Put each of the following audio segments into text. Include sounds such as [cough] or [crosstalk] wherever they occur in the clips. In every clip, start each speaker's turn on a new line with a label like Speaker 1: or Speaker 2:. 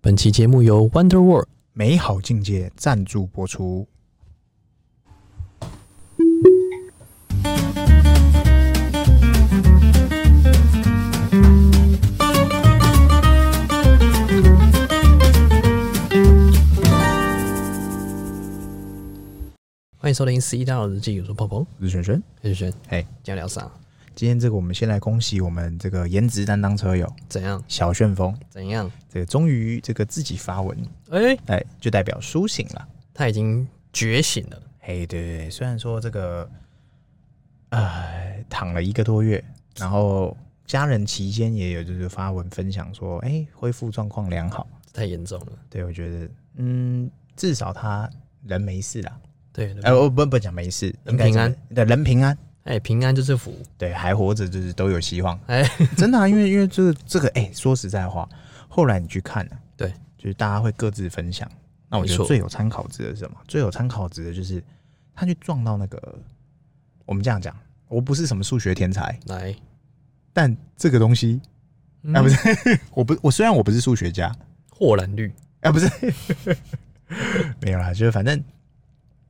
Speaker 1: 本期节目由 Wonder World
Speaker 2: 美好境界赞助播出。
Speaker 1: 欢迎收听《C 大佬日记》，我是泡泡，
Speaker 2: 我是璇璇，
Speaker 1: 我是轩。
Speaker 2: 嘿
Speaker 1: 今天聊啥？
Speaker 2: 今天这个我们先来恭喜我们这个颜值担当车友
Speaker 1: 怎样？
Speaker 2: 小旋风，
Speaker 1: 怎样？
Speaker 2: 这个终于这个自己发文，
Speaker 1: 哎、
Speaker 2: 哎，就代表苏醒了。
Speaker 1: 他已经觉醒了，
Speaker 2: 嘿，对对对，虽然说这个，呃，躺了一个多月，然后家人期间也有就是发文分享说，哎，恢复状况良好。
Speaker 1: 太严重了。
Speaker 2: 对我觉得，嗯，至少他人没事啦。
Speaker 1: 对，对
Speaker 2: 哎、我不不讲没事，
Speaker 1: 人
Speaker 2: 应该
Speaker 1: 平
Speaker 2: 是
Speaker 1: 安，
Speaker 2: 对，人平安，
Speaker 1: 哎、平安就是福。
Speaker 2: 对，还活着就是都有希望。
Speaker 1: 哎、
Speaker 2: [laughs] 真的、啊，因为因为这个这个，哎、说实在话，后来你去看、啊，
Speaker 1: 对，
Speaker 2: 就是大家会各自分享。那我觉
Speaker 1: 没
Speaker 2: 得
Speaker 1: 错
Speaker 2: 最有参考值的是什么？最有参考值的就是他去撞到那个，我们这样讲，我不是什么数学天才，
Speaker 1: 来，
Speaker 2: 但这个东西，
Speaker 1: 嗯
Speaker 2: 啊不是，我不，我虽然我不是数学家，
Speaker 1: 霍兰绿，
Speaker 2: 啊不是，没有啦，就是反正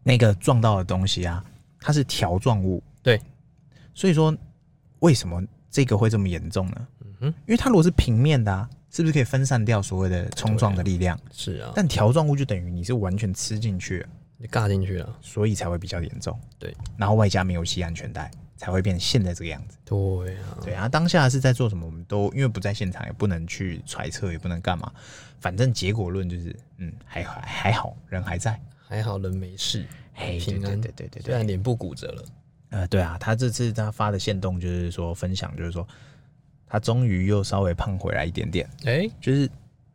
Speaker 2: 那个撞到的东西啊，它是条状物，
Speaker 1: 对，
Speaker 2: 所以说为什么这个会这么严重呢？
Speaker 1: 嗯哼，
Speaker 2: 因为它如果是平面的啊，是不是可以分散掉所谓的冲撞的力量？
Speaker 1: 是
Speaker 2: [laughs]
Speaker 1: 啊，
Speaker 2: 但条状物就等于你是完全吃进去了，
Speaker 1: 你尬进去了。
Speaker 2: 所以才会比较严重。
Speaker 1: 对，
Speaker 2: 然后外加没有系安全带，才会变成现在这个样子。
Speaker 1: 对啊，
Speaker 2: 对啊，当下是在做什么，我们都因为不在现场，也不能去揣测，也不能干嘛。反正结果论就是，嗯，还好还好，人还在。
Speaker 1: 还好人没事，
Speaker 2: 嘿，对
Speaker 1: 平
Speaker 2: 对
Speaker 1: 安。啊
Speaker 2: 对对对
Speaker 1: 虽
Speaker 2: 对，
Speaker 1: 然脸部骨折了，
Speaker 2: 呃，对啊，他这次他发的线动就是说分享，就是说他终于又稍微胖回来一点点，
Speaker 1: 哎、
Speaker 2: 就是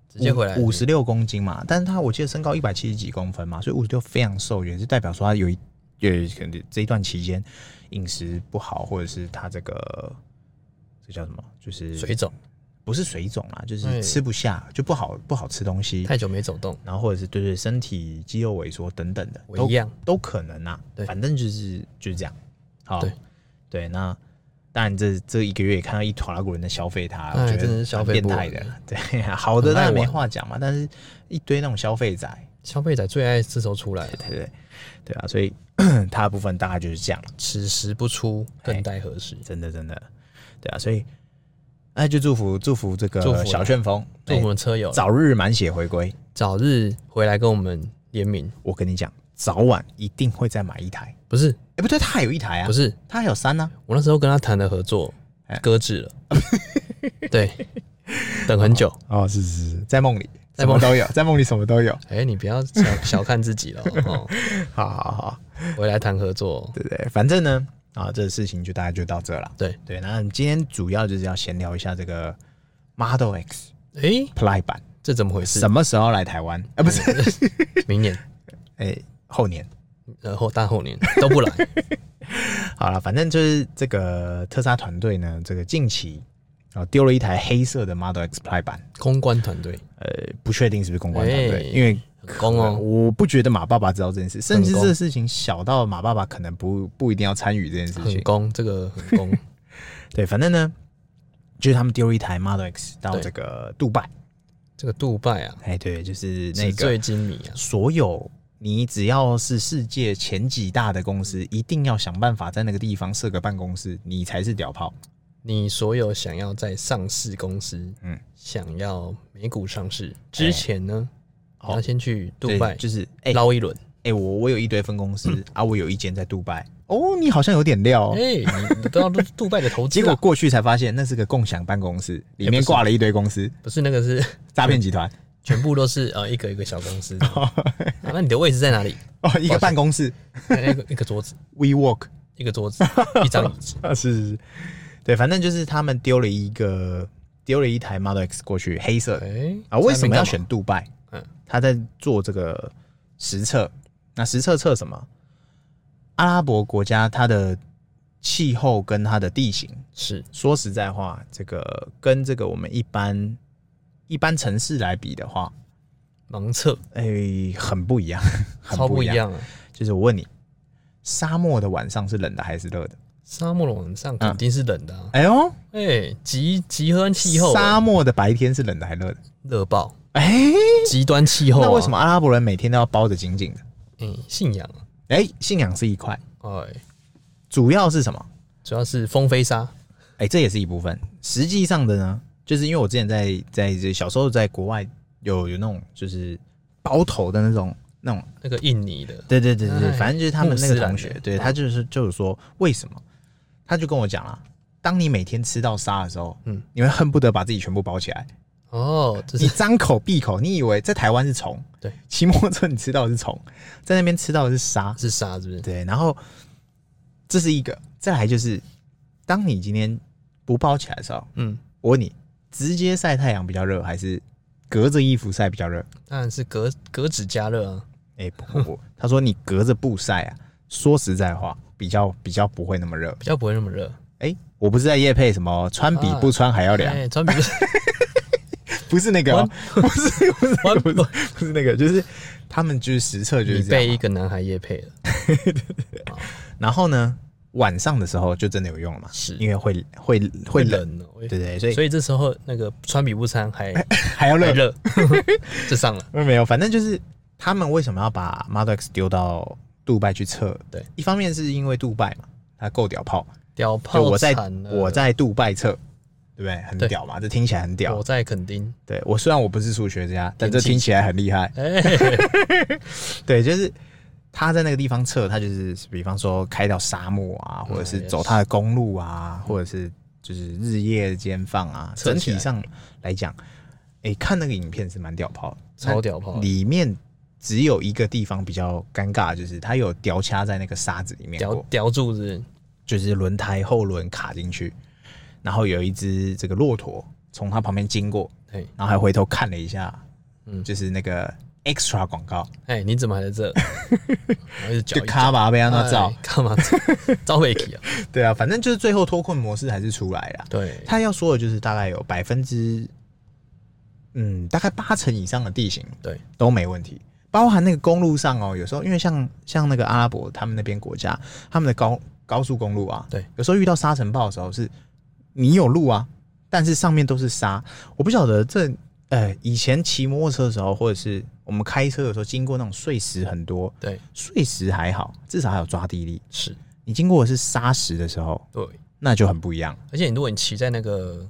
Speaker 1: 直接回来
Speaker 2: 五十六公斤嘛，但是他我记得身高一百七十几公分嘛，所以五十六非常瘦，也是代表说他有一有一可能这一段期间饮食不好，或者是他这个这叫什么，就是
Speaker 1: 水肿，
Speaker 2: 不是水肿啊啦，就
Speaker 1: 哎
Speaker 2: 是吃不下就不好不好吃东西，
Speaker 1: 太久没走动，
Speaker 2: 然后或者是对对身体肌肉萎缩等等的，
Speaker 1: 我
Speaker 2: 都
Speaker 1: 一样。
Speaker 2: 都可能啊，
Speaker 1: 对
Speaker 2: 反正就是就是这样。好，
Speaker 1: 对
Speaker 2: 对那当然这这一个月也看到一坨拉国人在消费他，
Speaker 1: 哎
Speaker 2: 我觉
Speaker 1: 真的是
Speaker 2: 得
Speaker 1: 消
Speaker 2: 蛮
Speaker 1: 费
Speaker 2: 变
Speaker 1: 不
Speaker 2: 态
Speaker 1: 完
Speaker 2: 的 [laughs]
Speaker 1: 的。
Speaker 2: 对、啊，好的
Speaker 1: 很爱
Speaker 2: 当然没
Speaker 1: 玩
Speaker 2: 话讲嘛，但是一堆那种消费仔，
Speaker 1: 消费者最爱这时候出来了
Speaker 2: 对对对，对啊，所以 [coughs] 他的部分大概就是这样了，
Speaker 1: 此时不出，更
Speaker 2: 哎
Speaker 1: 待何时？
Speaker 2: 真的真的，对啊，所以哎就祝福祝福这
Speaker 1: 祝福
Speaker 2: 个
Speaker 1: 啦
Speaker 2: 小旋风，
Speaker 1: 祝我
Speaker 2: 哎
Speaker 1: 们车友
Speaker 2: 早日满血回归。
Speaker 1: 早日回来跟我们联名，
Speaker 2: 我跟你讲，早晚一定会再买一台。
Speaker 1: 不是
Speaker 2: 哎、不对，他还有一台啊，
Speaker 1: 不是，
Speaker 2: 他还有三啊呢、
Speaker 1: 我那时候跟他谈的合作
Speaker 2: 哎
Speaker 1: 搁置了， [laughs] 对，等很久。
Speaker 2: 哦，是是是，在梦里，
Speaker 1: 在梦里
Speaker 2: 什么都有，在梦里什么都有。
Speaker 1: 哎、你不要小小看自 [laughs] 己了哦，
Speaker 2: [laughs] 好好好，
Speaker 1: 回来谈合作，
Speaker 2: 对对，反正呢，啊，这个事情就大概就到这了。
Speaker 1: 对
Speaker 2: 对，那今天主要就是要闲聊一下这个 Model X
Speaker 1: 哎、
Speaker 2: Play 版
Speaker 1: 这怎么回事
Speaker 2: 什？么时候来台湾？啊，不是，
Speaker 1: 明年，
Speaker 2: [laughs] 哎、后年。
Speaker 1: 然后大后年都不来， [laughs]
Speaker 2: 好了，反正就是这个特斯拉团队呢，这个近期啊丢了一台黑色的 Model X Play 版，
Speaker 1: 公关团队
Speaker 2: 呃，不确定是不是公关团队，
Speaker 1: 哎
Speaker 2: 因为。
Speaker 1: 很公哦，
Speaker 2: 我不觉得马爸爸知道这件事，甚至
Speaker 1: 很
Speaker 2: 这
Speaker 1: 公
Speaker 2: 个事情小到马爸爸可能不不一定要参与这件事情
Speaker 1: 很。公，这个很公， [laughs]
Speaker 2: 对，反正呢，就是他们丢了一台 Model X 到
Speaker 1: 对
Speaker 2: 这个杜拜，
Speaker 1: 这个杜拜啊，
Speaker 2: 哎，对，就是那
Speaker 1: 纸醉
Speaker 2: 个
Speaker 1: 金迷啊，
Speaker 2: 所有你只要是世界前几大的公司，一定要想办法在那个地方设个办公室，你才是屌炮。
Speaker 1: 你所有想要在上市公司，
Speaker 2: 嗯
Speaker 1: 想要美股上市之前呢，你要先去杜
Speaker 2: 对
Speaker 1: 拜
Speaker 2: 就是哎哎、
Speaker 1: 捞一轮。
Speaker 2: 我我有一堆分公司、啊，我有一间在杜拜。哦，你好像有点料哦。
Speaker 1: 哎，你你都要杜拜的投资
Speaker 2: 结
Speaker 1: 啊，哎
Speaker 2: 果过去才发现，那是个共享办公室，里面挂了一堆公司，
Speaker 1: 不是那个是 [laughs]
Speaker 2: 诈骗集团。
Speaker 1: 全部都是呃一个一个小
Speaker 2: [laughs]
Speaker 1: 公司。啊那你的位置在哪里？
Speaker 2: 哦，一个办公室
Speaker 1: 哎一个一个桌子，
Speaker 2: WeWork
Speaker 1: 一个
Speaker 2: [laughs]
Speaker 1: 桌子，一张椅子。
Speaker 2: 啊，是是是，对，反正就是他们丢了一个丢了一台 Model X 过去，黑色的
Speaker 1: 哎，
Speaker 2: 啊，为什么
Speaker 1: 在
Speaker 2: 要
Speaker 1: 那边干嘛？
Speaker 2: 选杜拜？
Speaker 1: 嗯
Speaker 2: 嗯，他在做这个实测，那实测测什么？阿拉伯国家它的气候跟它的地形，
Speaker 1: 是
Speaker 2: 说实在话，这个跟这个我们一般一般城市来比的话，
Speaker 1: 盲测，
Speaker 2: 哎、很不一样，很
Speaker 1: 超
Speaker 2: 不
Speaker 1: 不
Speaker 2: 一
Speaker 1: 一样
Speaker 2: 样。
Speaker 1: 啊！
Speaker 2: 就是我问你，沙漠的晚上是冷的还是热的？
Speaker 1: 沙漠的晚上肯定是冷的、啊，
Speaker 2: 哎呦，
Speaker 1: 哎、极极端气候、啊
Speaker 2: 沙漠的白天是冷的还热的？
Speaker 1: 热爆，
Speaker 2: 哎，
Speaker 1: 极端气候、啊。
Speaker 2: 那为什么？阿拉伯人每天都要包得紧紧的？
Speaker 1: 嗯，信仰啊，
Speaker 2: 哎，信仰是一块，
Speaker 1: 哎，
Speaker 2: 主要是什么？
Speaker 1: 主要是风飞沙，
Speaker 2: 哎、这也是一部分。实际上的呢，就是因为我之前在在这小时候在国外有有那种就是包头的那种那种，
Speaker 1: 那个印尼的，
Speaker 2: 对对对对，
Speaker 1: 哎
Speaker 2: 反正就是他们那个同
Speaker 1: 穆斯兰
Speaker 2: 学
Speaker 1: 的，
Speaker 2: 对他就是就是说为什么，他就跟我讲啦，当你每天吃到沙的时候，嗯
Speaker 1: 嗯，
Speaker 2: 你会恨不得把自己全部包起来，
Speaker 1: 哦，这
Speaker 2: 你
Speaker 1: 是
Speaker 2: 张口闭口，你以为在台湾是虫，
Speaker 1: [laughs] 对，
Speaker 2: 骑摩托车你吃到的是虫，在那边吃到的是沙，
Speaker 1: 是沙，是不是？
Speaker 2: 对，然后这是一个，再来就是，当你今天不包起来的时候，
Speaker 1: 嗯，
Speaker 2: 我问你，直接晒太阳比较热，还是隔着衣服晒比较热？
Speaker 1: 当然是隔隔脂加热啊。
Speaker 2: 哎、不不
Speaker 1: [laughs]
Speaker 2: 不，他说你隔着布晒啊，说实在话，比较比较不会那么热。
Speaker 1: 比较不会那么热。
Speaker 2: 哎、我不是在夜配什么穿比不穿还要凉，
Speaker 1: 哎，穿比
Speaker 2: 不是那个、哦，
Speaker 1: 哎
Speaker 2: [laughs]
Speaker 1: [laughs]
Speaker 2: 不是不是那个
Speaker 1: 完
Speaker 2: 不是不是那个，就是他们就是实测就是
Speaker 1: 你
Speaker 2: 这
Speaker 1: 被
Speaker 2: 样
Speaker 1: 一
Speaker 2: 嘛。
Speaker 1: 个男孩夜配了，
Speaker 2: 然后呢，晚上的时候就真的有用了嘛，
Speaker 1: 是
Speaker 2: 因为会会会冷，
Speaker 1: 冷哦。
Speaker 2: 对对对，所
Speaker 1: 所
Speaker 2: 以
Speaker 1: 以这时候那个穿比不穿
Speaker 2: [laughs]
Speaker 1: 还
Speaker 2: 还要
Speaker 1: 还
Speaker 2: 热。
Speaker 1: 热， [laughs] 就上了。
Speaker 2: 没有，反正就是他们为什么要把 Model X 丢到杜拜去测？
Speaker 1: 对，
Speaker 2: 一方面是因为杜拜嘛，它够屌炮，
Speaker 1: 屌
Speaker 2: 就
Speaker 1: 炮
Speaker 2: 我在
Speaker 1: 惨了，
Speaker 2: 我在杜拜测，对不对？很
Speaker 1: 对
Speaker 2: 屌嘛，这听起来很屌
Speaker 1: 我。在垦丁，
Speaker 2: 对我虽然我不是数学家，但这
Speaker 1: 天气
Speaker 2: 听起来很厉害。 [laughs]
Speaker 1: 哎，
Speaker 2: 对，就是他在那个地方测，他就是比方说开到沙漠啊，或者是
Speaker 1: 也
Speaker 2: 走他的公路啊，或者是就是日夜间放啊，
Speaker 1: 测
Speaker 2: 整
Speaker 1: 起
Speaker 2: 体
Speaker 1: 来
Speaker 2: 上来讲，哎、看那个影片是蛮屌炮的，
Speaker 1: 超屌炮，
Speaker 2: 里面只有一个地方比较尴尬，就是它有雕掐在那个沙子里面
Speaker 1: 屌
Speaker 2: 过，
Speaker 1: 屌柱子，
Speaker 2: 就是轮胎后轮卡进去，然后有一只这个骆驼从它旁边经过，
Speaker 1: 哎
Speaker 2: 然后还回头看了一下，
Speaker 1: 嗯
Speaker 2: 就是那个 extra 广告，
Speaker 1: 哎，你怎么还在
Speaker 2: [laughs]
Speaker 1: 这？然后就脚
Speaker 2: 就
Speaker 1: 一
Speaker 2: 卡巴被让它照
Speaker 1: 哎，干嘛照 [laughs] 照背起啊？
Speaker 2: 对啊，反正就是最后脱困模式还是出来了。
Speaker 1: 对，
Speaker 2: 他要说的就是大概有百分之，嗯，大概八成以上的地形
Speaker 1: 对
Speaker 2: 都没问题，包含那个公路上哦，有时候因为像像那个阿拉伯他们那边国家，他们的高高速公路啊，
Speaker 1: 对，
Speaker 2: 有时候遇到沙尘暴的时候是，你有路啊，但是上面都是沙，我不晓得这呃以前骑摩托车的时候，或者是我们开车的时候经过那种碎石很多，
Speaker 1: 对
Speaker 2: 碎石还好，至少还有抓地力，
Speaker 1: 是，
Speaker 2: 你经过的是沙石的时候，
Speaker 1: 对。
Speaker 2: 那就很不一样，
Speaker 1: 而且你如果你骑在那个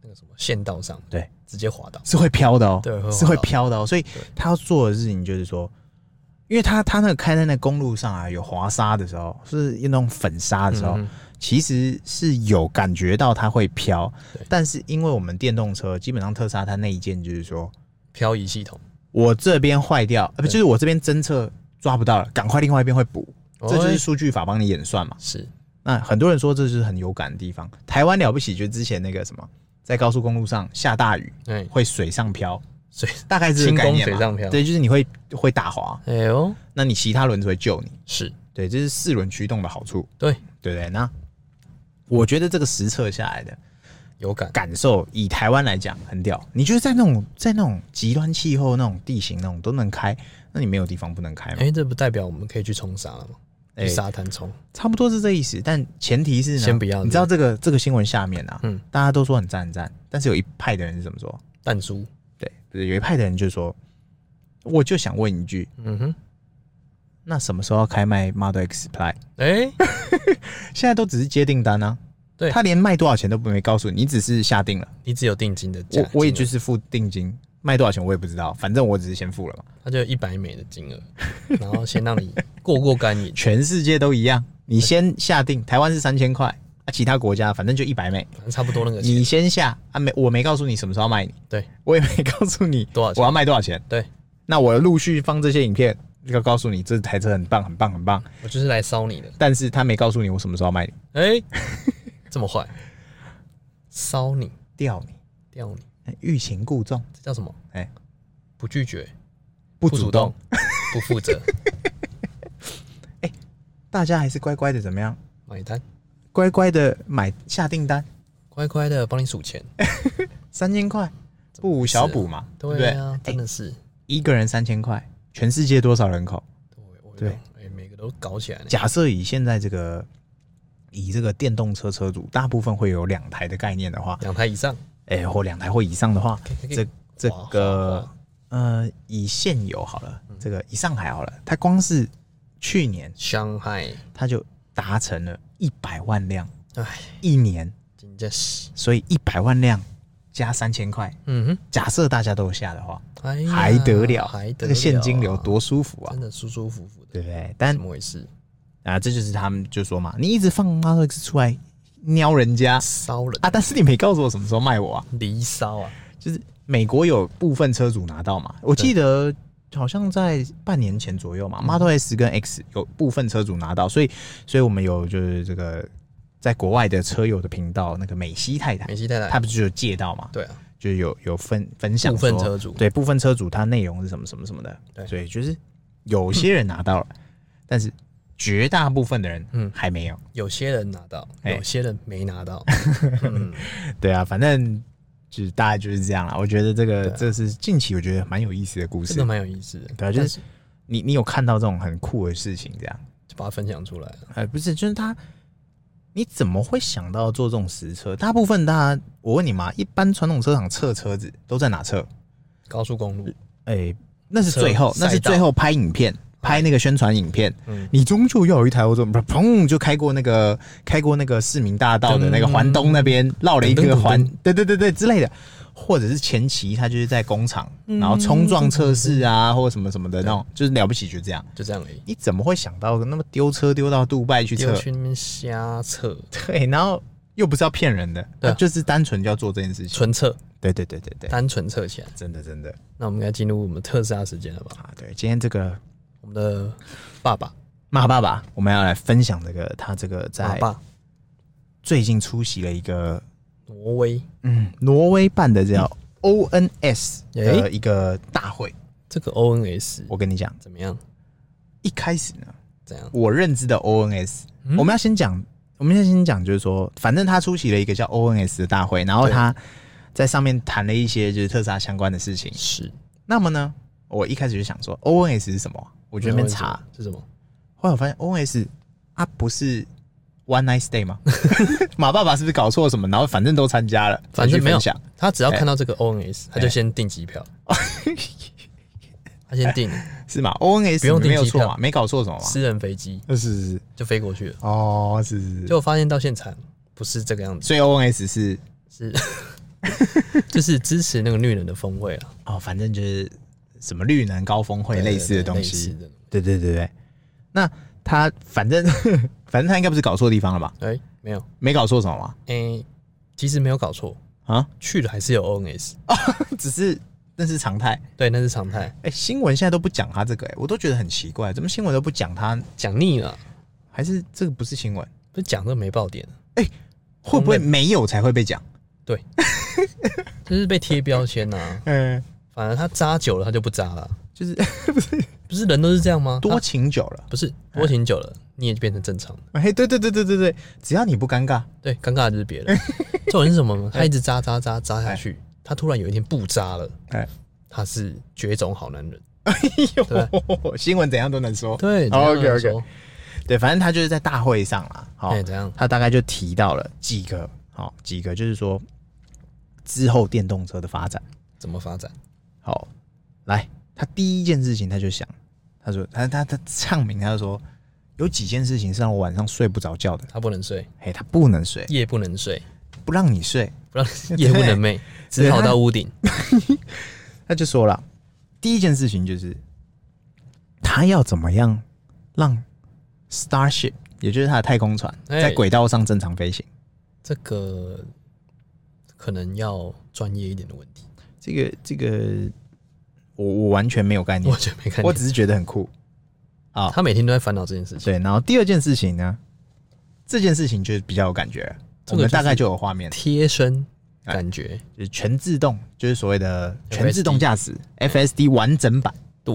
Speaker 1: 那个什么县道上，
Speaker 2: 对，
Speaker 1: 直接滑倒，
Speaker 2: 是会飘的哦，
Speaker 1: 对会滑
Speaker 2: 是会
Speaker 1: 到
Speaker 2: 飘的哦。所以他要做的事情就是说，因为他他那个开在那公路上啊，有滑沙的时候，是那种粉沙的时候，
Speaker 1: 嗯
Speaker 2: 其实是有感觉到它会飘
Speaker 1: 对，
Speaker 2: 但是因为我们电动车基本上特斯拉它那一件就是说
Speaker 1: 漂移系统，
Speaker 2: 我这边坏掉，呃不、
Speaker 1: 对
Speaker 2: 就是我这边侦测抓不到了，赶快另外一边会补，这就
Speaker 1: 哦
Speaker 2: 是数据法帮你演算嘛。
Speaker 1: 是
Speaker 2: 那很多人说这是很有感的地方，台湾了不起，就之前那个什么，在高速公路上下大雨
Speaker 1: 哎，
Speaker 2: 会水上漂。
Speaker 1: 所以
Speaker 2: 大概是这个概念
Speaker 1: 轻
Speaker 2: 嘛
Speaker 1: 功水上漂
Speaker 2: 对，就是你会会打滑，
Speaker 1: 哎呦
Speaker 2: 那你其他轮子会救你，
Speaker 1: 是
Speaker 2: 对，这是四轮驱动的好处，
Speaker 1: 对
Speaker 2: 对不对？那我觉得这个实测下来的
Speaker 1: 有感，
Speaker 2: 感受，以台湾来讲很屌。你觉得在那种在那种极端气候、那种地形那种都能开，那你没有地方不能开吗？
Speaker 1: 哎，这不代表我们可以去冲沙了吗？
Speaker 2: 哎
Speaker 1: 去沙滩冲，
Speaker 2: 差不多是这意思，但前提是呢
Speaker 1: 先不要
Speaker 2: 你知道这个这个新闻下面啊，
Speaker 1: 嗯
Speaker 2: 大家都说很赞很赞，但是有一派的人是怎么说？
Speaker 1: 淡叔，
Speaker 2: 对，就是有一派的人就说，我就想问一句，
Speaker 1: 嗯哼，
Speaker 2: 那什么时候要开卖 Model X Play？
Speaker 1: 哎，
Speaker 2: 现在都只是接订单啊，
Speaker 1: 对
Speaker 2: 他连卖多少钱都没告诉你，你只是下定了，
Speaker 1: 你只有定金的价
Speaker 2: [laughs] 我，我也
Speaker 1: 金
Speaker 2: 就
Speaker 1: 额
Speaker 2: 是付定金，卖多少钱我也不知道，反正我只是先付了嘛。
Speaker 1: 他就一百美的金额， [laughs] 然后先让你过过干瘾， [laughs]
Speaker 2: 全世界都一样，你先下定，台湾是三千块，啊，其他国家反正就一百美，
Speaker 1: 反正差不多那个钱，
Speaker 2: 你先下啊，没我没告诉你什么时候卖你，
Speaker 1: 对
Speaker 2: 我也没告诉你
Speaker 1: 多少钱
Speaker 2: 我要卖多少钱，
Speaker 1: 对
Speaker 2: 那我陆续放这些影片，要告诉你这台车很棒很棒很棒，
Speaker 1: 我就是来烧你的，
Speaker 2: 但是他没告诉你我什么时候卖你，
Speaker 1: 哎，这么坏，烧你
Speaker 2: 吊你，哎
Speaker 1: 吊你，
Speaker 2: 欲擒故纵，
Speaker 1: 这叫什么？
Speaker 2: 哎，
Speaker 1: 不拒绝，
Speaker 2: 不
Speaker 1: 不
Speaker 2: 主
Speaker 1: 主
Speaker 2: 动
Speaker 1: 动，， [laughs] 不负责，
Speaker 2: 大家还是乖乖的怎么样？
Speaker 1: 买单，
Speaker 2: 乖乖的买下订单，
Speaker 1: 乖乖的帮你数钱，
Speaker 2: 三千块，不无小补嘛，对不
Speaker 1: 对
Speaker 2: 对？
Speaker 1: 啊，真的是。
Speaker 2: 一个人三千块，全世界多少人口？
Speaker 1: 对，我
Speaker 2: 对
Speaker 1: 对，哎、每个都搞起来了。
Speaker 2: 假设以现在这个以这个电动车车主大部分会有两台的概念的话，
Speaker 1: 两台以上，
Speaker 2: 哎、或两台或以上的话，
Speaker 1: 可以可以
Speaker 2: 这这
Speaker 1: 划
Speaker 2: 个
Speaker 1: 划嗯
Speaker 2: 呃，以现有好了，这个以上海好了，它光是去年
Speaker 1: 上海，
Speaker 2: 它就达成了一百万辆
Speaker 1: 哎，
Speaker 2: 一年，
Speaker 1: 真的是，
Speaker 2: 所以一百万辆加三千块，
Speaker 1: 嗯
Speaker 2: 假设大家都下的话，
Speaker 1: 哼，哎呀，
Speaker 2: 还得了？
Speaker 1: 还得
Speaker 2: 这
Speaker 1: 了
Speaker 2: 个现金流多舒服啊
Speaker 1: 真，的舒舒服服的，
Speaker 2: 对不对？
Speaker 1: 怎
Speaker 2: 但
Speaker 1: 么回事？
Speaker 2: 啊，这就是他们就说嘛，你一直放啊 Model X 出来撩人家
Speaker 1: 骚人，
Speaker 2: 啊，但是你没告诉我什么时候卖我啊。
Speaker 1: 离骚啊，
Speaker 2: 就是美国有部分车主拿到嘛，我记得好像在半年前左右
Speaker 1: 嗯
Speaker 2: 嘛，Model S 跟 X 有部分车主拿到，所以，所以我们有就是这个在国外的车友的频道，那个美西太太
Speaker 1: 美，西太太，
Speaker 2: 她不是有借到嘛，
Speaker 1: 对啊，
Speaker 2: 就是有有分分享
Speaker 1: 部分
Speaker 2: 说
Speaker 1: 车主
Speaker 2: 对部分车主它内容是什么什么什么的，
Speaker 1: 对
Speaker 2: 所以就是有些人拿到了，但是绝大部分的人
Speaker 1: 嗯
Speaker 2: 还没有，
Speaker 1: 有些人拿到，
Speaker 2: 哎
Speaker 1: 有些人没拿
Speaker 2: [laughs]
Speaker 1: 到，嗯，
Speaker 2: 对啊，反正。就是大概就是这样啦，我觉得这个、
Speaker 1: 对啊
Speaker 2: 这是近期我觉得蛮有意思的故事
Speaker 1: 真的，蛮有意思的，
Speaker 2: 对啊，就
Speaker 1: 但
Speaker 2: 是你你有看到这种很酷的事情，这样？
Speaker 1: 就把它分享出来了，
Speaker 2: 呃，不是，就是他，你怎么会想到做这种实车？大部分大家，我问你嘛，一般传统车厂测车子都在哪测？
Speaker 1: 高速公路，
Speaker 2: 哎、那是
Speaker 1: 车
Speaker 2: 最后，
Speaker 1: 赛道
Speaker 2: 那是最后拍影片，拍那个宣传影片。
Speaker 1: 嗯
Speaker 2: 你终究要有一台欧洲，砰就开过那个开过那个市民大道的那个
Speaker 1: 噔
Speaker 2: 环东那边，绕了一个环
Speaker 1: 嗯噔噔噔，
Speaker 2: 对对对对之类的，或者是前期他就是在工厂，
Speaker 1: 嗯
Speaker 2: 然后冲撞测试啊，或者什么什么的那种，就是了不起就这样。
Speaker 1: 就这样而已，
Speaker 2: 你怎么会想到那么丢车丢到杜拜去测
Speaker 1: 又？去那边瞎测，
Speaker 2: 对，然后又不是要骗人的，
Speaker 1: 对啊
Speaker 2: 他就是单纯就要做这件事情。
Speaker 1: 纯测，
Speaker 2: 对对对对对，
Speaker 1: 单纯测起来。
Speaker 2: 真的真的
Speaker 1: 那我们应该进入我们特斯拉时间了吧？
Speaker 2: 啊，对，今天这个
Speaker 1: 我们的爸爸，
Speaker 2: 马爸爸，我们要来分享这个他这个
Speaker 1: 马
Speaker 2: 在
Speaker 1: 爸，
Speaker 2: 最近出席了一个
Speaker 1: 挪威
Speaker 2: 嗯挪威办的叫 ONS
Speaker 1: 嗯诶
Speaker 2: 的一个大会。
Speaker 1: 这个 ONS
Speaker 2: 我跟你讲，
Speaker 1: 怎么样？
Speaker 2: 一开始呢，
Speaker 1: 怎样？
Speaker 2: 我认知的 ONS，、
Speaker 1: 嗯
Speaker 2: 我们要先讲，我们要先讲，就是说，反正他出席了一个叫 ONS 的大会，然后
Speaker 1: 对
Speaker 2: 他在上面谈了一些就是特斯拉相关的事情。
Speaker 1: 是，
Speaker 2: 那么呢，我一开始就想说 ONS 是什么啊，我
Speaker 1: 我
Speaker 2: 就在那边查，
Speaker 1: 是什么？
Speaker 2: 后来我发现 ONS 啊不是 One Night Stay [laughs] 吗？马爸爸是不是搞错了什么？然后反正都参加了，
Speaker 1: 反正没有
Speaker 2: 想，
Speaker 1: 他只要看到这个 ONS，他就
Speaker 2: 哎
Speaker 1: 先订机票，他先
Speaker 2: [laughs]
Speaker 1: 订
Speaker 2: 是吗？ONS
Speaker 1: 不用订
Speaker 2: 没有
Speaker 1: 机
Speaker 2: 错
Speaker 1: 票
Speaker 2: 嘛，没搞错什么嘛？
Speaker 1: 私人飞机
Speaker 2: 是是是
Speaker 1: 就飞过去了。
Speaker 2: 哦，是是
Speaker 1: 结
Speaker 2: 是。
Speaker 1: 果发现到现场不是这个样子，
Speaker 2: 所以 ONS 是
Speaker 1: 是 [laughs] 就是支持那个绿人的峰会了，
Speaker 2: 哦，反正就是什么绿能高峰会
Speaker 1: 对
Speaker 2: 类似的东，
Speaker 1: 对
Speaker 2: 西
Speaker 1: 对类。似的
Speaker 2: 对对对对，那他反正 [laughs] 反正他应该不是搞错地方了吧？
Speaker 1: 哎，没有，
Speaker 2: 没搞错什么嘛？
Speaker 1: 哎，其实没有搞错，
Speaker 2: 啊，
Speaker 1: 去了还是有 ONS，
Speaker 2: 只是那是常态。
Speaker 1: 对，那是常态，
Speaker 2: 哎、新闻现在都不讲他这个、哎，我都觉得很奇怪，怎么新闻都不讲他？
Speaker 1: 讲腻了，
Speaker 2: 还是这个不是新闻？
Speaker 1: 不是讲这个没爆点。
Speaker 2: 会不会
Speaker 1: 红
Speaker 2: 没有才会被讲？
Speaker 1: 就是被贴标签呐、
Speaker 2: 嗯、
Speaker 1: 反而他扎久了，他就不扎了。
Speaker 2: 就是 [laughs] 啊
Speaker 1: 不是人都是这样吗？
Speaker 2: 多
Speaker 1: 他
Speaker 2: 请久了。
Speaker 1: 不是多挺久了，你也就变成正常的。
Speaker 2: 哎、对对对对对对，只要你不尴尬，
Speaker 1: 对，尴尬的就是别人。 [laughs] 这种人是什么吗？
Speaker 2: 哎
Speaker 1: 他一直扎扎扎扎下去，他突然有一天不扎了，
Speaker 2: 哎、
Speaker 1: 他是绝种好男人。
Speaker 2: 呦， [laughs] 新闻怎样都能说。
Speaker 1: 对
Speaker 2: 哦
Speaker 1: 这样来
Speaker 2: OK，OK
Speaker 1: 说
Speaker 2: 对，反正他就是在大会上啦，好、
Speaker 1: 哎，怎样？
Speaker 2: 他大概就提到了几个，好、几个就是说之后电动车的发展，
Speaker 1: 怎么发展？
Speaker 2: 好、来，他第一件事情他就想，他说他他他唱名，他就说有几件事情是让我晚上睡不着觉的，
Speaker 1: 他不能睡，
Speaker 2: 嘿，他不能睡，
Speaker 1: 夜不能睡，
Speaker 2: 不让你睡，
Speaker 1: 不让
Speaker 2: [laughs]
Speaker 1: 夜不能寐，只好到屋顶。
Speaker 2: 他就说了，第一件事情就是他要怎么样让 Starship，也就是他的太空船，
Speaker 1: 哎
Speaker 2: 在轨道上正常飞行。
Speaker 1: 这个可能要专业一点的问题，
Speaker 2: 这个这个，我我完全没有概念
Speaker 1: 我，觉得没看
Speaker 2: 我
Speaker 1: 见。
Speaker 2: 只是觉得很酷。好
Speaker 1: 他每天都在烦恼这件事情，
Speaker 2: 对，然后第二件事情呢，这件事情就是比较有感觉了，
Speaker 1: 这个
Speaker 2: 我们
Speaker 1: 就是
Speaker 2: 大概就有画面了，
Speaker 1: 贴身
Speaker 2: 哎
Speaker 1: 感觉。
Speaker 2: 就是全自动，就是所谓的
Speaker 1: FSD
Speaker 2: 全自动驾驶 FSD 完整版。
Speaker 1: 对，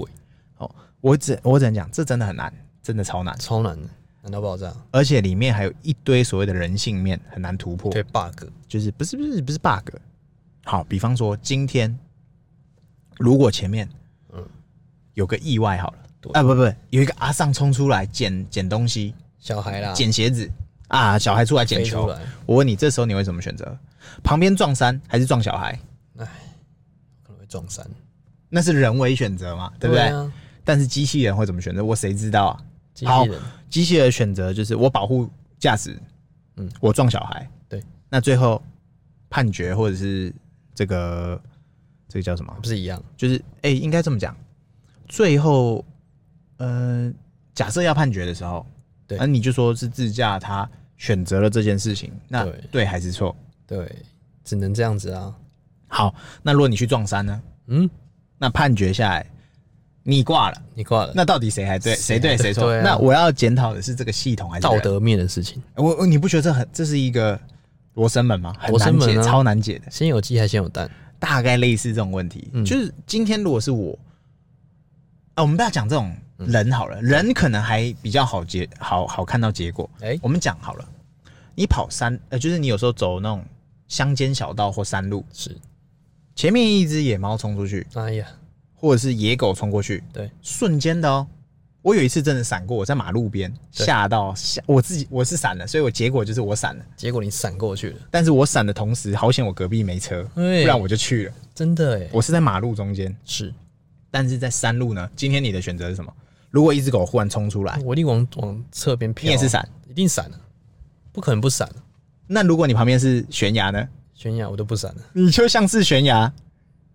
Speaker 2: 哦，我只我只能讲，这真的很难，真的超难。
Speaker 1: 超难的，难到爆炸。
Speaker 2: 而且里面还有一堆所谓的人性面很难突破，
Speaker 1: 对 bug，
Speaker 2: 就是不是不是不是 bug。好，比方说今天如果前面
Speaker 1: 嗯
Speaker 2: 有个意外好了
Speaker 1: 对，
Speaker 2: 啊不不，有一个阿尚冲出来捡捡东西，
Speaker 1: 小孩啦，
Speaker 2: 捡鞋子，啊，小孩出来捡
Speaker 1: 飞出
Speaker 2: 球。
Speaker 1: 来，
Speaker 2: 我问你，这时候你会怎么选择？旁边撞山还是撞小孩？
Speaker 1: 可能会撞山，
Speaker 2: 那是人为选择嘛，对不对？
Speaker 1: 啊？
Speaker 2: 但是机器人会怎么选择？我谁知道啊？
Speaker 1: 机器人
Speaker 2: 机器人选择就是我保护驾驶，
Speaker 1: 嗯
Speaker 2: 嗯，我撞小孩，
Speaker 1: 对，
Speaker 2: 那最后判决或者是这个这个叫什么？
Speaker 1: 不是一样？
Speaker 2: 就是哎、应该这么讲，最后呃，假设要判决的时候，
Speaker 1: 对
Speaker 2: 那你就说是自驾他选择了这件事情，那
Speaker 1: 对
Speaker 2: 对还是错？
Speaker 1: 对，只能这样子啊。
Speaker 2: 好，那如果你去撞山呢？
Speaker 1: 嗯，
Speaker 2: 那判决下来你挂了，
Speaker 1: 你挂了。
Speaker 2: 那到底谁还对？
Speaker 1: 谁
Speaker 2: 谁对
Speaker 1: 还对
Speaker 2: 谁错？
Speaker 1: 呃对啊
Speaker 2: 那我要检讨的是这个系统还是
Speaker 1: 道
Speaker 2: 人？
Speaker 1: 德面的事情，
Speaker 2: 我我你不觉得这很这是一个罗生门吗？很
Speaker 1: 罗生
Speaker 2: 难
Speaker 1: 门啊
Speaker 2: 解，超难解的，
Speaker 1: 先有鸡还先有蛋？
Speaker 2: 大概类似这种问题。
Speaker 1: 嗯
Speaker 2: 就是今天如果是我，啊，我们不要讲这种
Speaker 1: 嗯
Speaker 2: 人好了，人可能还比较好结好好看到结果。
Speaker 1: 哎
Speaker 2: 我们讲好了，你跑山呃，就是你有时候走那种乡间小道或山路，
Speaker 1: 是，
Speaker 2: 前面一只野猫冲出去，
Speaker 1: 哎呀，
Speaker 2: 或者是野狗冲过去，
Speaker 1: 对，
Speaker 2: 瞬间的哦。我有一次真的闪过，我在马路边
Speaker 1: 对
Speaker 2: 吓到吓我自己，我是闪了，所以我结果就是我闪了。
Speaker 1: 结果你闪过去了，
Speaker 2: 但是我闪的同时，好险我隔壁没车，不
Speaker 1: 对
Speaker 2: 然我就去了。
Speaker 1: 真的哎，
Speaker 2: 我是在马路中间，
Speaker 1: 是
Speaker 2: 但是在山路呢。今天你的选择是什么？如果一只狗忽然冲出来，
Speaker 1: 我一定往往侧边飘，啊
Speaker 2: 哎你也是闪，
Speaker 1: 一定闪了，啊不可能不闪，啊
Speaker 2: 那如果你旁边是悬崖呢？
Speaker 1: 悬崖我都不闪啊了，
Speaker 2: 你就像是悬崖，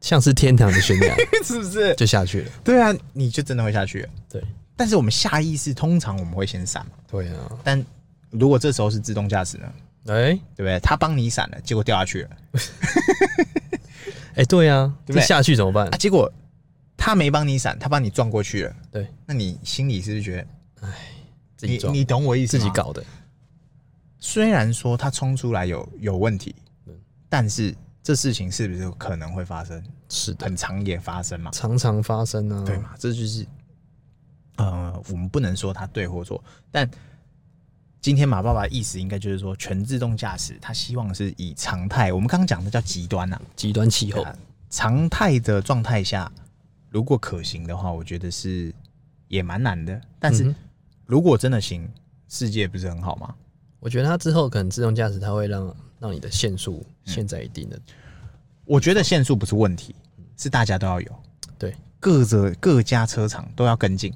Speaker 1: 像是天堂的悬
Speaker 2: [laughs]
Speaker 1: 崖
Speaker 2: 是不是？
Speaker 1: 就下去了，
Speaker 2: 对啊，你就真的会下去了。
Speaker 1: 对
Speaker 2: 但是我们下意识通常我们会先闪嘛，
Speaker 1: 对啊，
Speaker 2: 但如果这时候是自动驾驶呢？
Speaker 1: 哎
Speaker 2: 对不对？它帮你闪了，结果掉下去了
Speaker 1: 哎对啊，
Speaker 2: 对不
Speaker 1: 这
Speaker 2: 对
Speaker 1: 下去怎么办
Speaker 2: 啊！？结果它没帮你闪，它帮你撞过去了。
Speaker 1: 对，
Speaker 2: 那你心里是不是觉得
Speaker 1: 自己
Speaker 2: 你
Speaker 1: 撞，
Speaker 2: 你懂我意思
Speaker 1: 自
Speaker 2: 吗？
Speaker 1: 己搞的，
Speaker 2: 虽然说它冲出来有有问题
Speaker 1: 嗯，
Speaker 2: 但是这事情是不是有可能会发生？
Speaker 1: 是的，
Speaker 2: 很常也发生嘛，
Speaker 1: 常常发生啊，
Speaker 2: 对？嘛？这就是，呃，我们不能说它对或错，但今天马爸爸的意思应该就是说，全自动驾驶他希望是以常态，我们刚刚讲的叫极端呐、
Speaker 1: 极端气候
Speaker 2: 对啊常态的状态下，如果可行的话，我觉得是也蛮难的。但
Speaker 1: 嗯
Speaker 2: 是
Speaker 1: 哼
Speaker 2: 如果真的行，世界不是很好吗？
Speaker 1: 我觉得它之后可能自动驾驶，它会让让你的限速
Speaker 2: 嗯
Speaker 1: 限在一定的，
Speaker 2: 我觉得限速不是问题，
Speaker 1: 嗯
Speaker 2: 是大家都要有，
Speaker 1: 对。
Speaker 2: 各着各家车厂都要跟进。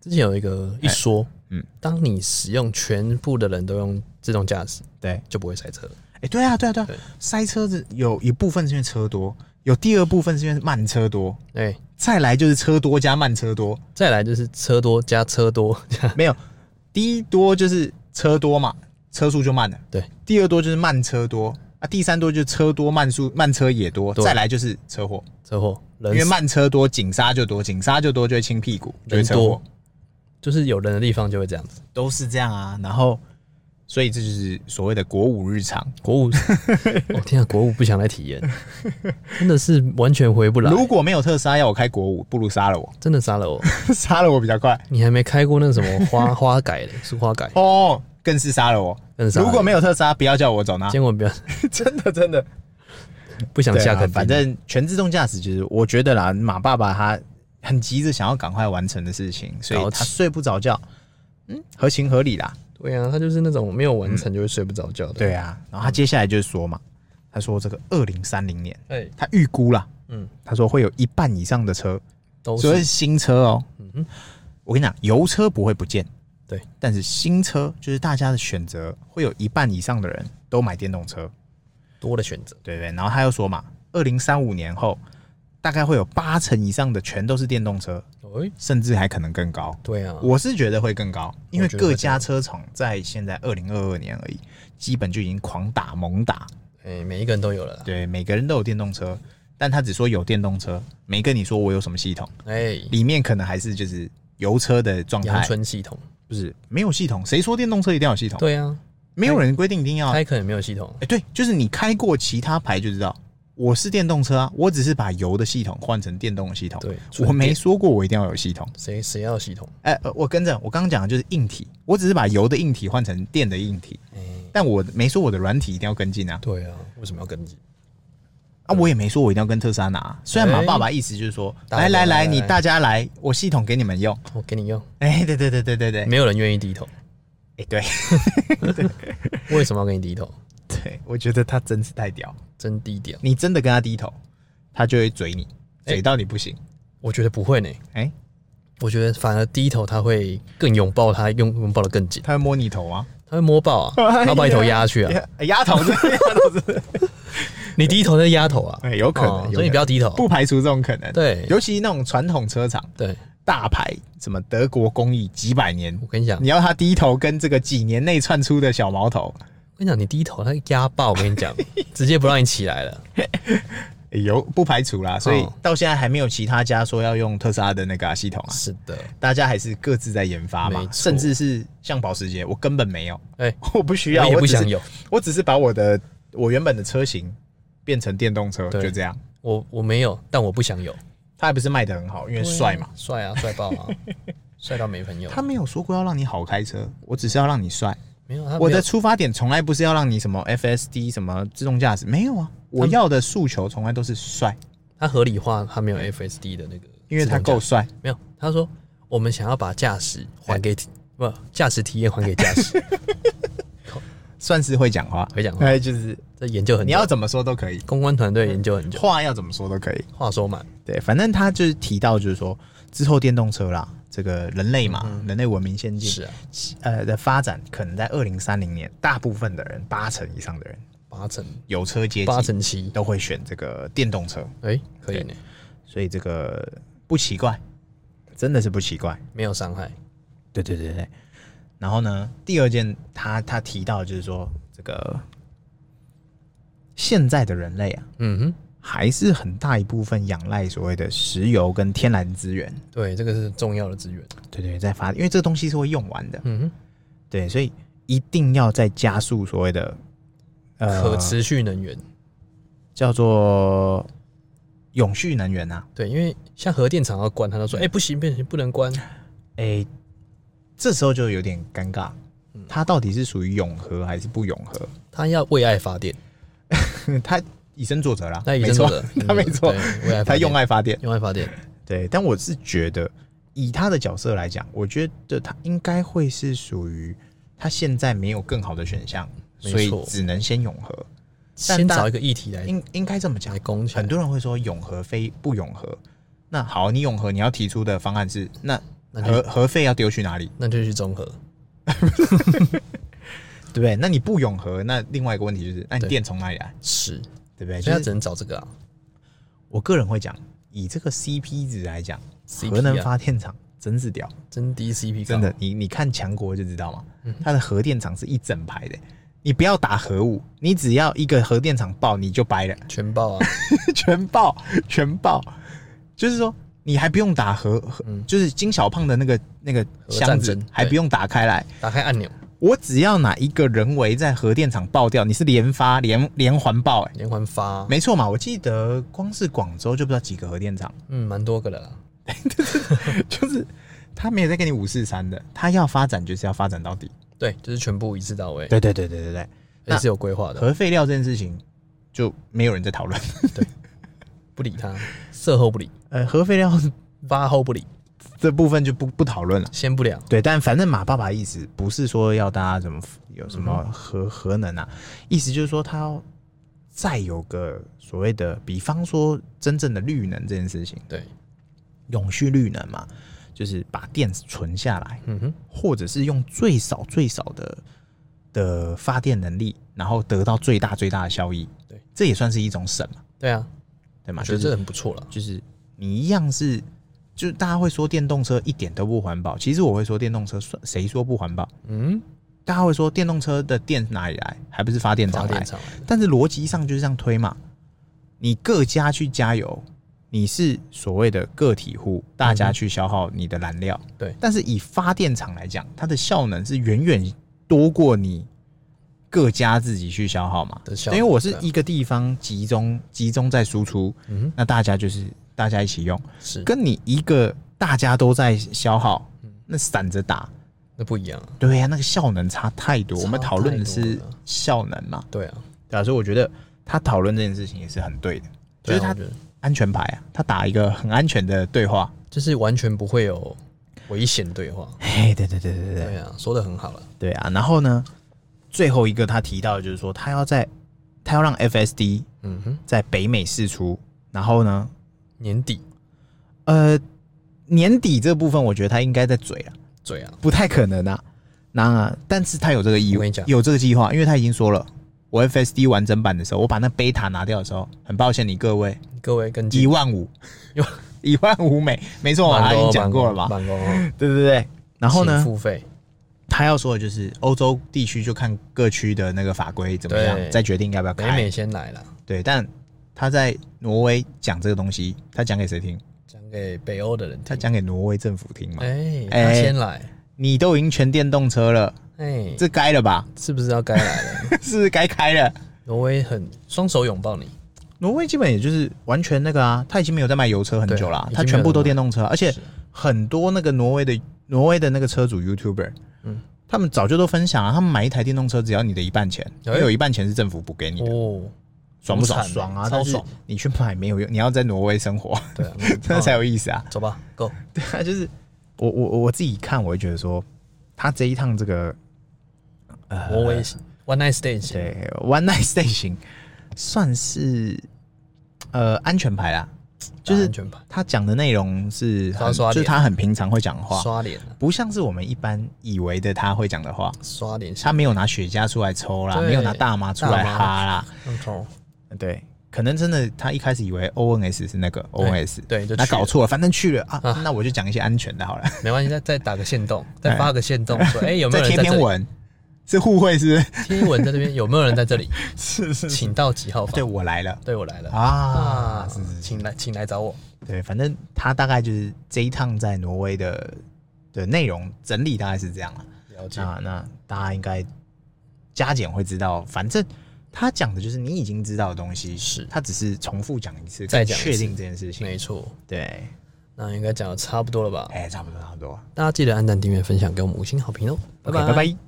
Speaker 1: 之前有一个一说，嗯
Speaker 2: 嗯，
Speaker 1: 当你使用全部的人都用自动驾驶，
Speaker 2: 对，
Speaker 1: 就不会塞车了。
Speaker 2: 哎、对啊，对啊，对啊，
Speaker 1: 对
Speaker 2: 塞车子有一部分是因为车多，有第二部分是因为慢车多，
Speaker 1: 哎、
Speaker 2: 再来就是车多加慢
Speaker 1: [laughs]
Speaker 2: 车多，
Speaker 1: 再来就是车多加车多 [laughs] 加，
Speaker 2: 没有，第一多就是车多嘛，车速就慢了，
Speaker 1: 对，
Speaker 2: 第二多就是慢车多。啊，第三多就是车多慢速慢车也多，
Speaker 1: 对
Speaker 2: 再来就是车祸，
Speaker 1: 车祸人
Speaker 2: 因为慢车多，紧刹就多，紧刹就多就会青屁股，就会
Speaker 1: 人
Speaker 2: 车祸
Speaker 1: 多，，就是有人的地方就会这样子。
Speaker 2: 都是这样啊。然后，所以这就是所谓的国五日常。
Speaker 1: 国 [laughs] 五，我、天啊，国五不想来体验， [laughs] 真的是完全回不来，
Speaker 2: 如果没有特斯拉要我开国五，不如杀了我，
Speaker 1: 真的杀了我。
Speaker 2: [laughs] 杀了我比较快。
Speaker 1: 你还没开过那什么花 [laughs] 花改嘞，是花改，
Speaker 2: 哦，更是杀了我。
Speaker 1: 更杀了
Speaker 2: 如果没有特斯拉，不要叫我走呢。
Speaker 1: 千万不要
Speaker 2: [laughs]
Speaker 1: [laughs]
Speaker 2: 真的真的，
Speaker 1: 不想
Speaker 2: 对
Speaker 1: 下
Speaker 2: 啊，
Speaker 1: 肯定、
Speaker 2: 反正全自动驾驶就是，我觉得啦，马爸爸他很急着想要赶快完成的事情，所
Speaker 1: 搞
Speaker 2: 以
Speaker 1: 起
Speaker 2: 他睡不着觉，嗯，合情合理啦。
Speaker 1: 对啊，他就是那种没有完
Speaker 2: 嗯
Speaker 1: 成就会睡不着觉的。，
Speaker 2: 对啊，然后他接下来就是说嘛，他说这个二零三零年，
Speaker 1: 哎、
Speaker 2: 他预估啦，
Speaker 1: 嗯，
Speaker 2: 他说会有一半以上的车，
Speaker 1: 都
Speaker 2: 所以
Speaker 1: 是
Speaker 2: 是新车哦，
Speaker 1: 嗯哼
Speaker 2: 我跟你讲，油车不会不见，
Speaker 1: 对，
Speaker 2: 但是新车就是大家的选择，会有一半以上的人都买电动车。
Speaker 1: 多的选择，
Speaker 2: 对不对？然后他又说嘛，二零三五年后，大概会有八成以上的全都是电动车，
Speaker 1: 哎、
Speaker 2: 甚至还可能更高。
Speaker 1: 对啊，
Speaker 2: 我是觉得会更高，因为
Speaker 1: 我觉得会
Speaker 2: 各家车厂在现在二零二二年而已，基本就已经狂打猛打，
Speaker 1: 哎、每一个人都有了啦。
Speaker 2: 对，每个人都有电动车，但他只说有电动车，没跟你说我有什么系统，
Speaker 1: 哎，
Speaker 2: 里面可能还是就是油车的状
Speaker 1: 阳
Speaker 2: 态，
Speaker 1: 春系统，
Speaker 2: 不是没有系统，谁说电动车一定要有系统？
Speaker 1: 对啊，
Speaker 2: 没有人规定一定要，哎、
Speaker 1: 开可能没有系统，
Speaker 2: 对，就是你开过其他牌就知道。我是电动车啊，我只是把油的系统换成电动的系统。
Speaker 1: 对
Speaker 2: 我没说过我一定要有系统。
Speaker 1: 谁谁要系统？
Speaker 2: 哎、呃我跟着我刚刚讲的就是硬体，我只是把油的硬体换成电的硬体，
Speaker 1: 哎，
Speaker 2: 但我没说我的软体一定要跟进啊。
Speaker 1: 对啊，为什么要跟进？
Speaker 2: 啊，我也没说我一定要跟特斯拉拿啊、虽然马
Speaker 1: 哎
Speaker 2: 爸爸意思就是说，
Speaker 1: 大
Speaker 2: 来
Speaker 1: 家来
Speaker 2: 来来，你
Speaker 1: 来
Speaker 2: 大家来，我系统给你们用。
Speaker 1: 我给你用，
Speaker 2: 哎、对对对对对对，
Speaker 1: 没有人愿意低头，
Speaker 2: 哎、对
Speaker 1: 为什么要跟你低头？
Speaker 2: 对，我觉得他真是太屌，
Speaker 1: 真低调。
Speaker 2: 你真的跟他低头，他就会嘴你，
Speaker 1: 哎
Speaker 2: 嘴到你不行。
Speaker 1: 我觉得不会呢，
Speaker 2: 哎、
Speaker 1: 我觉得反而低头他会更拥抱他，拥拥抱的更紧，
Speaker 2: 他会摸你头吗？
Speaker 1: 他会摸
Speaker 2: [laughs]
Speaker 1: 爆啊，然后把你头压下去啊。
Speaker 2: 哎压头子，压
Speaker 1: [laughs]
Speaker 2: 头子，
Speaker 1: 你低头在压头啊，
Speaker 2: 哎有可能有
Speaker 1: 所以你
Speaker 2: 可
Speaker 1: 不要低头。
Speaker 2: 不排除这种可能。
Speaker 1: 对
Speaker 2: 尤其那种传统车厂，
Speaker 1: 对，
Speaker 2: 大牌什么德国工艺几百年
Speaker 1: 我，跟你讲，
Speaker 2: 你要他低头跟这个几年内窜出的小毛头，
Speaker 1: 我跟你讲，你低头他压爆，我跟你
Speaker 2: [laughs]
Speaker 1: 讲，直接不让你起来了。
Speaker 2: 哎有不排除啦。所以
Speaker 1: 哦
Speaker 2: 到现在还没有其他家说要用特斯拉的那个啊系统啊，
Speaker 1: 是的，
Speaker 2: 大家还是各自在研发
Speaker 1: 没
Speaker 2: 嘛，
Speaker 1: 错
Speaker 2: 甚至是像保时捷，我根本没有， [laughs]
Speaker 1: 哎，
Speaker 2: 我不需
Speaker 1: 我
Speaker 2: 要，
Speaker 1: 也不
Speaker 2: 只是
Speaker 1: 想有，
Speaker 2: 我只是把我的我原本的车型变成电动车，
Speaker 1: 对
Speaker 2: 就这样。
Speaker 1: 我我没有，但我不想有。
Speaker 2: 他还不是卖的很好，因为帅嘛。
Speaker 1: 帅啊，帅爆啊，
Speaker 2: [laughs]
Speaker 1: 帅到没朋友。
Speaker 2: 他没有说过要让你好开车，我只是要让你帅。
Speaker 1: 没有，他没有
Speaker 2: 我的出发点从来不是要让你什么 FSD 什么自动驾驶，没有啊。我要的诉求从来都是帅，
Speaker 1: 他合理化他没有 FSD 的那个自动驾驶，
Speaker 2: 嗯因为他够哎帅。
Speaker 1: 没有。他说我们想要把驾驶还给不驾驶体验还给驾
Speaker 2: [laughs]
Speaker 1: 驶，
Speaker 2: 算是会讲话，
Speaker 1: 会讲话
Speaker 2: 哎，就是
Speaker 1: 这研究很
Speaker 2: 你
Speaker 1: 久
Speaker 2: 要怎么说都可以，
Speaker 1: 公关团队研究很久，
Speaker 2: 话要怎么说都可以。
Speaker 1: 话说满，
Speaker 2: 对，反正他就是提到，就是说之后电动车啦，这个人类
Speaker 1: 嗯
Speaker 2: 嘛，人类文明先进，
Speaker 1: 是啊，
Speaker 2: 呃的发展，可能在二零三零年，大部分的人，八成以上的人，
Speaker 1: 八成
Speaker 2: 有车阶级
Speaker 1: 八成七，
Speaker 2: 都会选这个电动车，
Speaker 1: 哎，可以呢，
Speaker 2: 所以这个不奇怪，真的是不奇怪。
Speaker 1: 没有伤害，
Speaker 2: 对对对对。然后呢，第二件他他提到的就是说，这个现在的人类啊，
Speaker 1: 嗯哼，
Speaker 2: 还是很大一部分仰赖所谓的石油跟天然资源。
Speaker 1: 对，这个是重要的资源，
Speaker 2: 对对，在发，因为这个东西是会用完的，
Speaker 1: 嗯
Speaker 2: 对，所以一定要再加速所谓的呃
Speaker 1: 哼，可持续能源，
Speaker 2: 叫做永续能源啊。
Speaker 1: 对，因为像核电厂要关，他都
Speaker 2: 嗯
Speaker 1: 说，哎，不行，不行，不能关，
Speaker 2: 诶、嗯这时候就有点尴尬，它到底是属于永和还是不永和？ [laughs]
Speaker 1: 他要为爱发电，
Speaker 2: 它以身作则啦，
Speaker 1: 那也
Speaker 2: 没
Speaker 1: 真
Speaker 2: 错，
Speaker 1: 的，
Speaker 2: [laughs] 它没错
Speaker 1: 对，为爱发电，
Speaker 2: 它用爱发电。
Speaker 1: 用爱发电，
Speaker 2: 对，但我是觉得，以他的角色来讲，我觉得他应该会是属于他现在没有更好的选项，
Speaker 1: 没
Speaker 2: 所以
Speaker 1: 错
Speaker 2: 只能先永和。但
Speaker 1: 先
Speaker 2: 大
Speaker 1: 找一个议题来
Speaker 2: 应应该这么讲
Speaker 1: 来，攻起来
Speaker 2: 很多人会说永和非不永和。那好，你永和你要提出的方案是，那
Speaker 1: 那就
Speaker 2: 核核废要丢去哪里？
Speaker 1: 那就去综合。
Speaker 2: 对不对？那你不永和，那另外一个问题就是，那你
Speaker 1: 对
Speaker 2: 电从哪里来？
Speaker 1: 是，
Speaker 2: 对不对？
Speaker 1: 所以
Speaker 2: 就
Speaker 1: 他只
Speaker 2: 是
Speaker 1: 能找这个啊。
Speaker 2: 我个人会讲，以这个 CP 值来讲，
Speaker 1: CP
Speaker 2: 核能
Speaker 1: 啊
Speaker 2: 发电厂真是屌，
Speaker 1: 真 DCP
Speaker 2: 真的，你你看强国就知道嘛，
Speaker 1: 嗯
Speaker 2: 它的核电厂是一整排的。你不要打核武，你只要一个核电厂爆，你就掰了， [laughs]
Speaker 1: 全爆啊！
Speaker 2: 全爆，全爆。就是说，你还不用打核，核就是金小胖的那个那个
Speaker 1: 嗯核
Speaker 2: 箱
Speaker 1: 战
Speaker 2: 子
Speaker 1: 争
Speaker 2: 还不
Speaker 1: 对
Speaker 2: 用打开来，
Speaker 1: 打开按钮，
Speaker 2: 我只要哪一个人为在核电厂爆掉，你是连发连连环爆、欸，
Speaker 1: 连环发啊、
Speaker 2: 没错嘛，我记得光是广州就不知道几个核电厂， [laughs]
Speaker 1: 嗯，蛮多个的啦。
Speaker 2: 就是他没有在跟你五四三的，他要发展就是要发展到底。
Speaker 1: 对，就是全部一次到位，
Speaker 2: 对对对对对对，
Speaker 1: 也是有规划的，
Speaker 2: 核废料这件事情就没有人在讨论。
Speaker 1: 不理他，事后不理，
Speaker 2: [laughs] 呃，核废料 [laughs]
Speaker 1: 发后不理，
Speaker 2: 这部分就不不讨论了。
Speaker 1: 先不聊。
Speaker 2: 对，但反正马爸爸的意思不是说要大家怎么有什么核核能啊，意思就是说他要再有个所谓的，比方说真正的绿能这件事情，
Speaker 1: 对，
Speaker 2: 永续绿能嘛，就是把电存下来，
Speaker 1: 嗯哼，
Speaker 2: 或者是用最少最少的的发电能力，然后得到最大最大的效益。
Speaker 1: 对，
Speaker 2: 这也算是一种省嘛，
Speaker 1: 对啊，
Speaker 2: 对吗？
Speaker 1: 我觉
Speaker 2: 就
Speaker 1: 得这
Speaker 2: 是
Speaker 1: 很不错了。
Speaker 2: 就是你一样是，就是大家会说电动车一点都不环保，其实我会说电动车算谁说不环保？
Speaker 1: 嗯，
Speaker 2: 大家会说电动车的电哪里来？还不是发电
Speaker 1: 发
Speaker 2: 厂来
Speaker 1: 电？厂来的，
Speaker 2: 但是逻辑上就是这样推嘛。你各家去加油，你是所谓的个体户，大家去消耗你的燃料。
Speaker 1: 对
Speaker 2: 但是以发电厂来讲，它的效能是远远多过你各家自己去消耗嘛。
Speaker 1: 的效
Speaker 2: 因
Speaker 1: 能
Speaker 2: 为我是
Speaker 1: 对啊
Speaker 2: 一个地方集中集中在输出，
Speaker 1: 嗯
Speaker 2: 那大家就是大家一起用，
Speaker 1: 哼，是
Speaker 2: 跟你一个大家都在消耗，
Speaker 1: 嗯
Speaker 2: 那散着打，
Speaker 1: 那不一样啊。
Speaker 2: 对呀、那个效能差太多。
Speaker 1: 差
Speaker 2: 我们讨论的
Speaker 1: 太
Speaker 2: 是
Speaker 1: 多了
Speaker 2: 效能嘛，
Speaker 1: 对啊，
Speaker 2: 对啊，所以我觉得他讨论这件事情也是很对的，就
Speaker 1: 对
Speaker 2: 是
Speaker 1: 啊，我
Speaker 2: 他
Speaker 1: 觉得
Speaker 2: 安全牌啊，他打一个很安全的对话，
Speaker 1: 就是完全不会有危险对话。
Speaker 2: 嘿，对对对对对
Speaker 1: 对啊，说的很好了。
Speaker 2: 对啊。然后呢，最后一个他提到的就是说，他要在他要让 FSD
Speaker 1: 嗯哼，
Speaker 2: 在北美试出，然后呢，
Speaker 1: 年底
Speaker 2: 呃，年底这部分我觉得他应该在嘴了，
Speaker 1: 嘴啊，
Speaker 2: 不太可能啊。那但是他有这个意
Speaker 1: 我跟你讲
Speaker 2: 有这个计划，因为他已经说了，我 FSD 完整版的时候，我把那贝塔拿掉的时候，很抱歉你各位，
Speaker 1: 各位跟
Speaker 2: 一
Speaker 1: 进。
Speaker 2: 万五， [laughs] 一万五美，没错嘛，
Speaker 1: 满
Speaker 2: 他啊已
Speaker 1: 沟
Speaker 2: 经讲过了嘛，
Speaker 1: 满沟。然
Speaker 2: 对对对。然后呢，
Speaker 1: 付费
Speaker 2: 他要说的就是欧洲地区就看各区的那个法规怎么样
Speaker 1: 对，
Speaker 2: 再决定要不要
Speaker 1: 北
Speaker 2: 开。
Speaker 1: 美先来了，
Speaker 2: 对，但他在挪威讲这个东西，他讲给谁听？
Speaker 1: 讲给北欧的人
Speaker 2: 他
Speaker 1: 听。
Speaker 2: 讲给挪威政府听嘛？
Speaker 1: 哎，
Speaker 2: 哎
Speaker 1: 他先来，
Speaker 2: 你都已经全电动车了，
Speaker 1: 哎，
Speaker 2: 这该了吧？ [laughs]
Speaker 1: 是不是要该来了？
Speaker 2: 是不是该开了？
Speaker 1: 挪威很双手拥抱你，
Speaker 2: 挪威基本也就是完全那个啊，他已经没有在卖油车很久了、
Speaker 1: 对已经
Speaker 2: 他
Speaker 1: 没有
Speaker 2: 全部都
Speaker 1: 在卖
Speaker 2: 电动车，而且
Speaker 1: 是
Speaker 2: 很多那个挪威的挪威的那个车主 YouTuber，
Speaker 1: 嗯
Speaker 2: 他们早就都分享了、他们买一台电动车只要你的一半钱，
Speaker 1: 哎
Speaker 2: 因为有一半钱是政府补给你的，
Speaker 1: 哦，
Speaker 2: 爽不爽？
Speaker 1: 很惨
Speaker 2: 爽啊，
Speaker 1: 超
Speaker 2: 但是
Speaker 1: 爽
Speaker 2: 你去买没有用，你要在挪威生活，
Speaker 1: 对啊，
Speaker 2: [laughs] 那才有
Speaker 1: [laughs]
Speaker 2: 意思啊。
Speaker 1: 走吧，Go，
Speaker 2: 对啊，就是我我我自己看，我会觉得说，他这一趟这个
Speaker 1: 嗯
Speaker 2: 呃
Speaker 1: 挪威 One Night Stay，
Speaker 2: 对 One Night Stay 型算是呃安全牌啦，就是
Speaker 1: 安全牌，
Speaker 2: 他讲的内容是很
Speaker 1: 刷刷脸
Speaker 2: 就是他很平常会讲话，
Speaker 1: 刷脸啊
Speaker 2: 不像是我们一般以为的他会讲的话。
Speaker 1: 刷脸，
Speaker 2: 他没有拿雪茄出来抽啦，
Speaker 1: 对
Speaker 2: 没有拿大麻出来哈啦，
Speaker 1: 嗯头，
Speaker 2: 对，可能真的他一开始以为 O N S 是那个 O N S，
Speaker 1: 对就去了
Speaker 2: 他搞错了，反正去了啊
Speaker 1: 啊，
Speaker 2: 那我就讲一些安全的好了，
Speaker 1: 没关系，再再打个线动，再发个线动，
Speaker 2: [laughs]
Speaker 1: 说哎有没
Speaker 2: 再
Speaker 1: 有人
Speaker 2: 贴
Speaker 1: 在这
Speaker 2: 篇
Speaker 1: 里？
Speaker 2: 文，是互
Speaker 1: [laughs]
Speaker 2: 惠是
Speaker 1: 贴文在这边有没有人在这
Speaker 2: [laughs]
Speaker 1: 里？
Speaker 2: 不是？是
Speaker 1: 请到几号房？
Speaker 2: 对我来了
Speaker 1: 对我来了
Speaker 2: 啊，是是是，
Speaker 1: 请来请来找我。
Speaker 2: 对，反正他大概就是这一趟在挪威的的内容整理大概是这样了。啊
Speaker 1: 了解，
Speaker 2: 那那大家应该加减会知道，反正他讲的就是你已经知道的东西，
Speaker 1: 是
Speaker 2: 他只是重复讲一次，
Speaker 1: 再
Speaker 2: 再
Speaker 1: 讲一
Speaker 2: 确
Speaker 1: 次
Speaker 2: 定这件事情。
Speaker 1: 没错。
Speaker 2: 对，
Speaker 1: 那应该讲的差不多了吧？
Speaker 2: 哎、差不多差不多
Speaker 1: 大家记得按赞、订阅、分享，给我们五星好评哦。拜
Speaker 2: OK，拜拜。